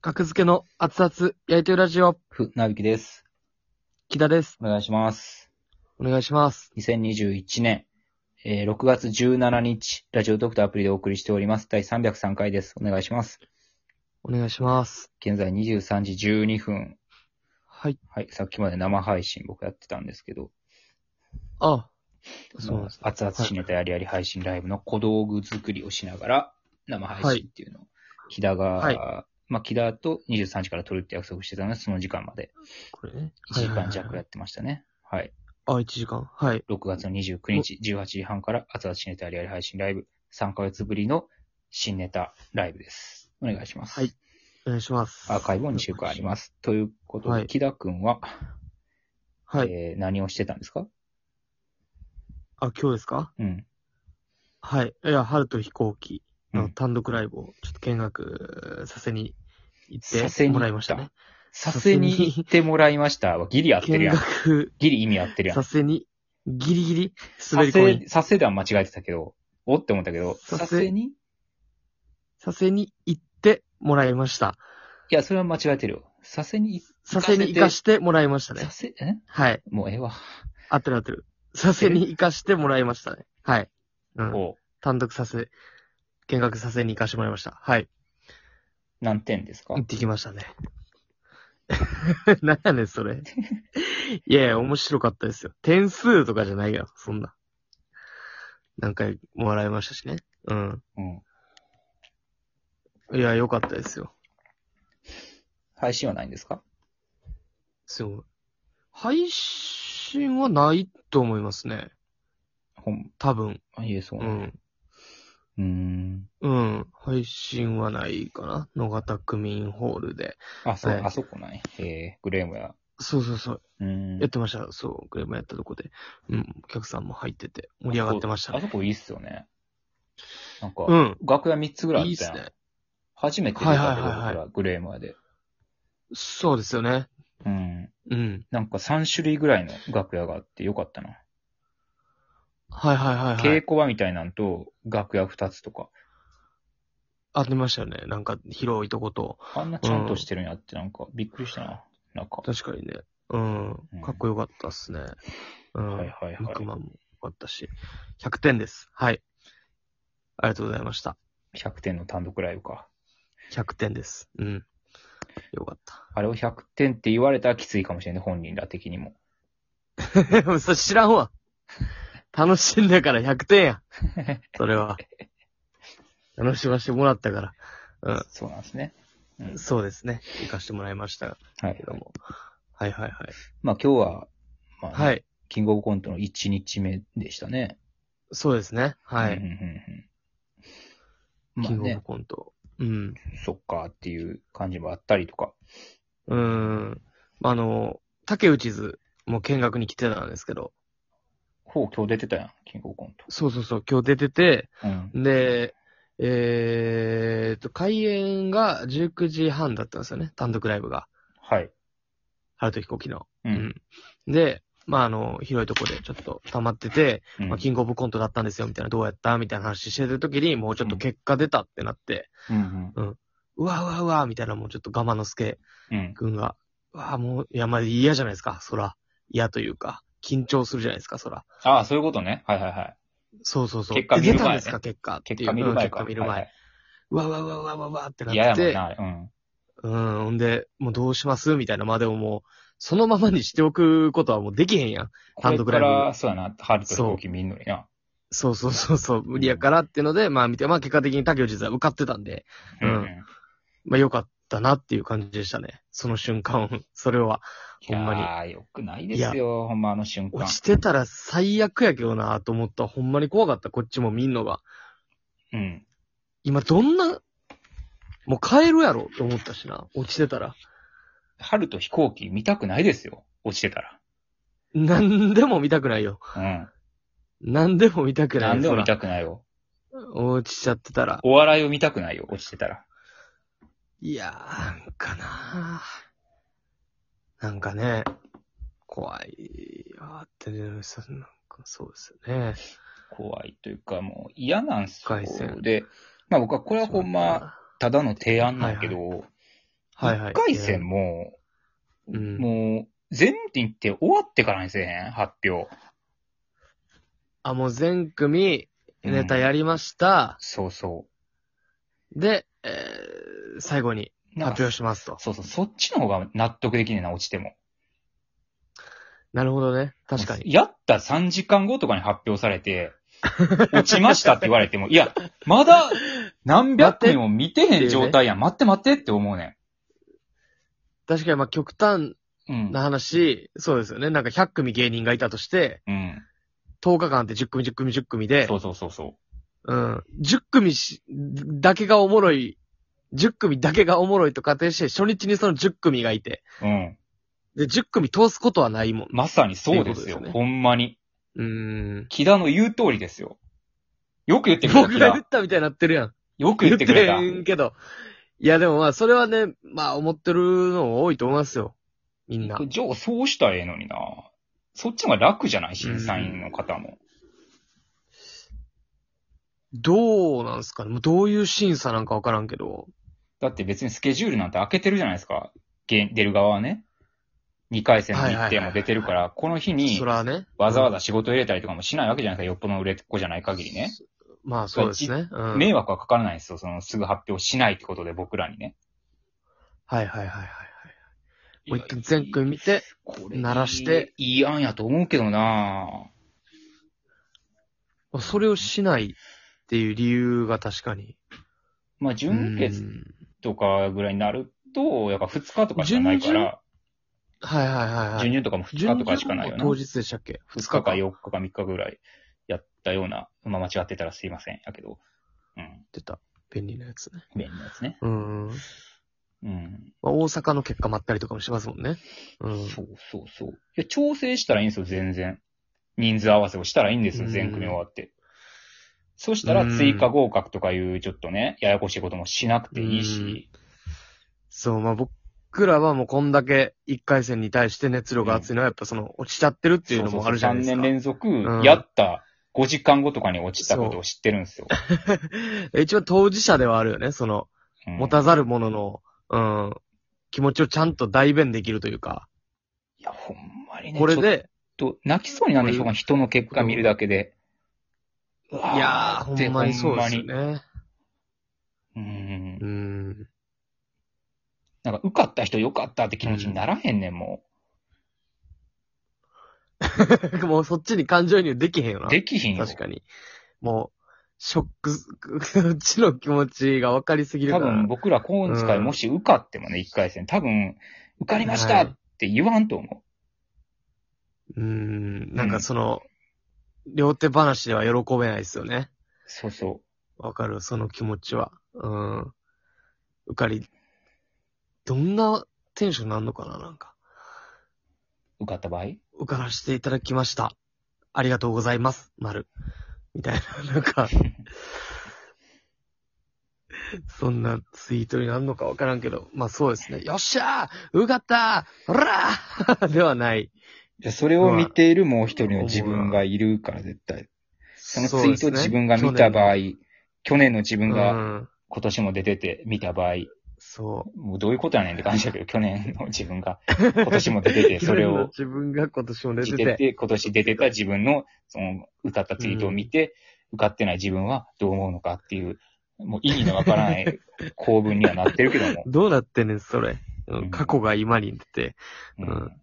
格付けの熱々焼いてるラジオ、ふ、なびきです。木田です。お願いします。お願いします。 2021年、えー6月17日、ラジオドクターアプリでお送りしております。第303回です。お願いします。お願いします。現在23時12分。はい。はい、さっきまで生配信僕やってたんですけど、あそうなんです。熱々しネタやりやり配信ライブの小道具作りをしながら、生配信っていうのを、木田が、はいまあ、木田と23時から撮るって約束してたので、その時間までこれね。 1時間弱はいはいはいやってましたね。はい。あ、1時間。はい。 6月の29日、18時半から、熱々新ネタリアル配信ライブ、3ヶ月ぶりの新ネタライブです。お願いします。はいお願いします。。アーカイブも2週間ありますす。ということで、はい木田くんは、はい。えー何をしてたんですかあ、今日ですかうん。はい。いや、春と飛行機うのん単独ライブをちょっと見学させに行させってにもらいましたね。させに行ってもらいましたはギリ合ってる見やん。学ギリ意味合ってるやん。ささせに、ギリギリ滑り込みせ、、させでは間違えてたけど、おって思ったけど、させさせにさせに行ってもらいました。いや、それは間違えてるよ。させに行させに行かしてもらいましたねさ。せ、えはい。もうええわ。合ってる合ってる。させに行かしてもらいましたね。はい。うん。お単独させ、見学させに行かしてもらいました。はい。何点ですか行ってきましたね。 何やねん、それ。いやいや、面白かったですよ。点数とかじゃないよ、そんな。何回も笑いましたしね。うん。うん。いや、良かったですよ。配信はないんですかすごい。配信はないと思いますね。本、多分。あ、いえ、そううなんだん。うーん。うん。配信はないかな。野方区民ホールで。あ、そう、はいあそこない。えー、グレームや。そうそうそう。うーん。やってました。そう。グレームやったとこで。うん。お客さんも入ってて、盛り上がってましたあそね。こいいっすよね。なんか、うん。楽屋3つぐらいあいいっっすたやん。ね。初めて出たけど、はいはいはいはい僕らグレームやで。そうですよね。うん。うん。なんか3種類ぐらいの楽屋があってよかったな。はいはいはいは稽い。古場みたいなんと、楽屋2つとか。ありましたよね。なんか広いとこと。あんなちゃんとしてるんやって、なんかびっくりしたな。なんか。確かにね。うんうん。かっこよかったっすね。うん。はいはいはいムックマンもよかったし。100点です。はい。ありがとうございました。 100点の単独ライブか。 100点です。うん。よかっあれを100点って言われたらきついかもしれない、本人ら的にも。た。 それ知らんわ。楽しんだから100点 や。それは。楽しませてもらったから。うそうなんですね。うんん。そうですね。行かしてもらいましたはいけ。ども。はいはいはい。まあ今日は、まあね、はい。キングオブコントの1日目でしたね。そうですね。はうんい。うんうんうん。まあキングオブね、コント。うん。そっかっていう感じもあったりとか。うーん。まああの、竹内図も見学に来てたんですけど、ほう、今日出てたやん、キングオブコント。そうそうそう、今日出てて、うん。で、えーっと、開演が19時半だったんですよね、単独ライブが。はい。春と飛行機の。うう。で、まああの、広いとこでちょっと溜まってて、うんまあ、キングオブコントだったんですよ、みたいな、どうやったみたいな話してる時に、もうちょっと結果出たってなって、うんうわうわうわ、みたいな、もうちょっと我慢の助うん。うん。君が、ああ、もう、いや、まあ嫌じゃないですか、そら。嫌というか、緊張するじゃないですか、そら。ああ、そういうことね。はいはいはい。そうそうそう。結果見る前ね出たんですか、結果っていう。結果見る前か。うん結果見る前。はいはいうわうわうわうわうわうわってなって。嫌やもんな、あれうん。うん、ほんで、もうどうしますみたいな。まあでももう、そのままにしておくことはもうできへんやん。こ単れ独かライブら、そうやな、春と飛行機見んのにな。そうそうそうそう、無理やからってので、まあ見て、まあ結果的に竹内実は受かってたんで、ううんん。まあよかったなっていう感じでしたね。その瞬間、 それは。ほんまにいやー、よくないですよ、ほんまあの瞬間落。ちてたら最悪やけどなと思った。ほんまに怖かった、こっちも見んのが。うん。今どんな、もう帰るやろと思ったしな。落ちてたら。春と飛行機見たくないですよ、落ちてたら。なんでも見たくないよ。うん。何でも見たくない。何でも見たくないよ。そら落ちちゃってたら。お笑いを見たくないよ、落ちてたら。いやー、なんかなーなんかね、怖いわーってね、そなんかそうですよね。怖いというか、もう嫌なんす回線よ。で、まあ僕はこれはほんま、ただの提案なんやけど、はいはい。 1回戦も、うん。もう、全品って終わってからにせえへん発表。あ、もう全組、ネタやりました。そうそで、えー、最後にう。なん発か表しますと。そうそう、そっちの方が納得できねえな、落ちても。なるほどね。確かに。やった3時間後とかに発表されて、落ちましたって言われても、いや、まだ何百人も見てへん状態やん。待って待ってって思うね確かに、まあ、極端ん。うん。な話、そうですよね。なんか100組芸人がいたとして、うん。 10日間って10組10組10組でそ、うそうそうそうう。ん。10組し、だけがおもろい、10組だけがおもろいと仮定して、初日にその10組がいて、うん。で、10組通すことはないもん。まさにそうですっていうよ。ことですねほんまに。うーん。木田の言う通りですよ。よく言ってくれた。僕木が言っ田たみたいになってるやん。よく言ってくれた。言ってんけど。いや、でもまあ、それはね、まあ、思ってるの多いと思いますよ。みんな。じゃあ、そうしたらええのにな。そっちの方が楽じゃない審査員の方も。どうなんすかねもうどういう審査なんかわからんけど。だって別にスケジュールなんて開けてるじゃないですか。げ出る側はね。2回戦の日程も出てるから、この日にそらね。わざわざ。ざ仕事入れたりとかもしないわけじゃないですか。よっぽど売れっ子じゃない限りね。まあ、そうですね。うん。迷惑はかからないですよ。そのすぐ発表しないってことで僕らにね。はいはいはいはいはい。もう一回全組見て、こ鳴らして。いいいい案やと思うけどなまあそれをしないっていう理由が確かに。まあ、準決うんとかぐらいになると、やっぱ2日とかしかないから、はいはいはいはい。準々とかも2日とかしかないよな。当日でしたっけ2 ?2 日日かか。 4日か3日ぐらいやったような、まあ間違ってたらすいません、やけど。うん。出た。便利なやつね。便利なやつね。うん。まうん。あ、大阪の結果待ったりとかもしますもんね。うん。そうそうそう。いや、調整したらいいんですよ、全然。人数合わせをしたらいいんですよ、うん全組終わって。そしたら追加合格とかいう、ちょっとね、ややこしいこともしなくていいし。そう、まあ僕らはもうこんだけ1回戦に対して熱量が熱いのはやっぱその落ちちゃってるっていうのもあるじゃないです3か。年連続ん、やった5時間後とかに落ちたことを知ってるん ですよ。一応当事者ではあるよね。その、うん持たざる者の、うん、気持ちをちゃんと代弁できるというか、いや、ほんまにね。これで、ちょっと、泣きそうになるでしょうが、人の結果見るだけで。いいやー、ほんまにそうですよ。ね。うんう。ん。なんか、受かった人良かったって気持ちにならへんねん、ももうそっちに感情移入できへんよなう。。できひんよ。確かに。もう、ショック、うちの気持ちが分かりすぎるか多ら。分、僕ら今回もし受かってもね、一回戦、多分、受かりましたって言わんと思うーん、なんかその、両手話では喜べないですよね。う。そうそわかる、その気持ちは。うん。うかり、どんなテンションなんのかな、なんか。う。受かった場合受からせていただきました。ありがとうございます、なる。みたいな、 なん か、そんなツイートになるのかわからんけど、まあそうですね。よっしゃー受かったーほらー ではない。でそれを見ているもう一人の自分がいるから、絶対。そのツイートそうをですね自分が見た場合、去去年の自分年のうがん。今年も出てて見た場合、そう。もうどういうことやねんって感じだけ ど、去年の自分が今年も出てて、それを自分が今年も出出ててて。て、今年出てた自分の、その、歌ったツイートを見て、歌ってない自分はどう思うのかっていう、もう意味のわから ない構文にはなってるけども。どうなってんねん、それ。うんうん過去が今に出て。ううんん。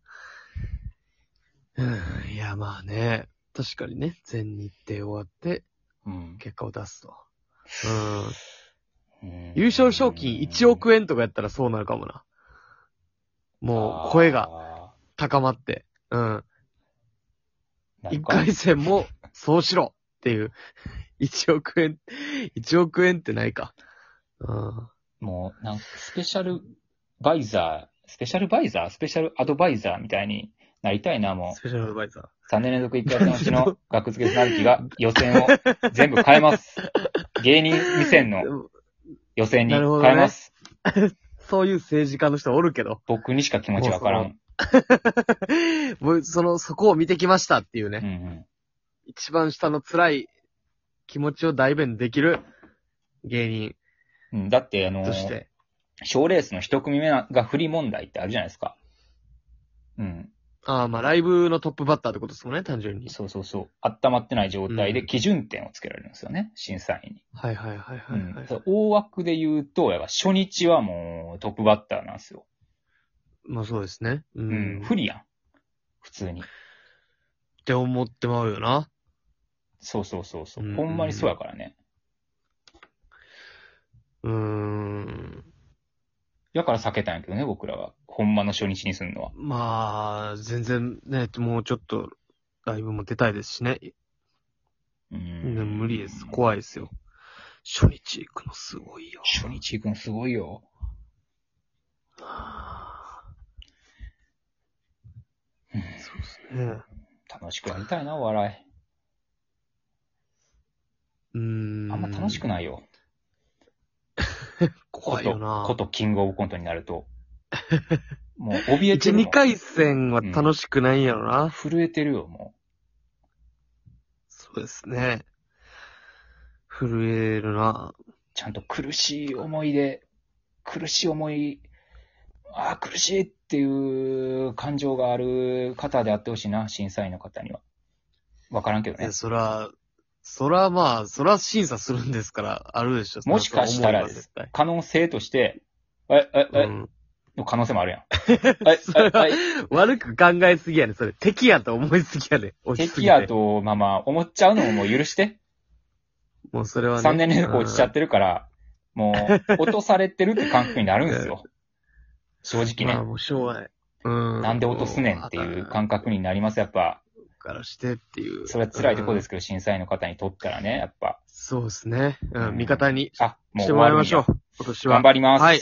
うんいや、まあね。確かにね、全日程終わって、うん結果を出すと。うんうん。優勝賞金1億円とかやったらそうなるかもな。もう、声がが。高まって。うん。なん1か回戦も、そうしろっていう。1億円、1億円ってないか。うん。もう、なんか、スペシャルバイザー、スペシャルバイザースペシャルアドバイザーみたいになりたいな、もスペシャルアドバイザー。う。3年連続1回戦のうち の学付けなびきが予選を全部変えます。芸人未選の予選になるほどね変えます。そういう政治家の人おるけど。 僕にしか気持ちわからん。もう、その、そこを見てきましたっていうね。うんうん一番下の辛い気持ちを代弁できる芸人うん、だって、あのと、して。賞レースの一組目が不利問題ってあるじゃないですか。うん。ああ、まあ、ライブのトップバッターってことですもんね、単純に。そうそうそう。温まってない状態うでん基準点をつけられるんですよね、審査員に。はいはいはいはい、はいうん大枠で言うと、やっぱ初日はもうトップバッターなんですよ。まあそうですね。う。うんん。不利やん。普通に。って思ってまうよな。そうそうそうそう、うんほんまにそうやからね。うーん。だから避けたんやけどね、僕らは。ほんまの初日にするのは。まあ、全然ね、もうちょっと、ライブも出たいですしね。うん。でも無理です。怖いですよ。初日行くのすごいよ。初日行くのすごいよ。はあうんそうですね。楽しくやりたいな、お笑うーい。ん。あんま楽しくい。ないよ。怖いよな。こと、ことキングオブコントにな ると。もう、怯えて一、るもん。二回戦は楽しくないんやろな。震えてるよ、もそうですね。震えるな。う。ちゃんと苦しい思いで、苦しい思い、ああ、苦しいっていう感情がある方であってほしいな、審査員の方には。わからんけどいねや、。そら、そらまあ、そら審査するんですから、あるでしょ。もしかしたらそらそう思いは可能性として、え、え、絶対。えう、ん。の可能性も あるやん。え、え、え、悪く考えすぎやね、それ。敵やと思いすぎやね。落ちすぎ敵てや。と、まあまあ、思っちゃうのももう許して。もうそれはね。 3年連続落ちちゃってるから、もう、落とされてるって感覚になるんですよ。正うん直まあ、ね。もうしょうがない。うん。なんで落とすねんっていう感覚になります、やっぱ。からしてっていう。。それは辛いとこですすけど、審査員の方にとったらね、やっぱ。そうですね。ううんん、味方にあ、もしう終てもわらいるんやましょう。今年は。頑張ります。はい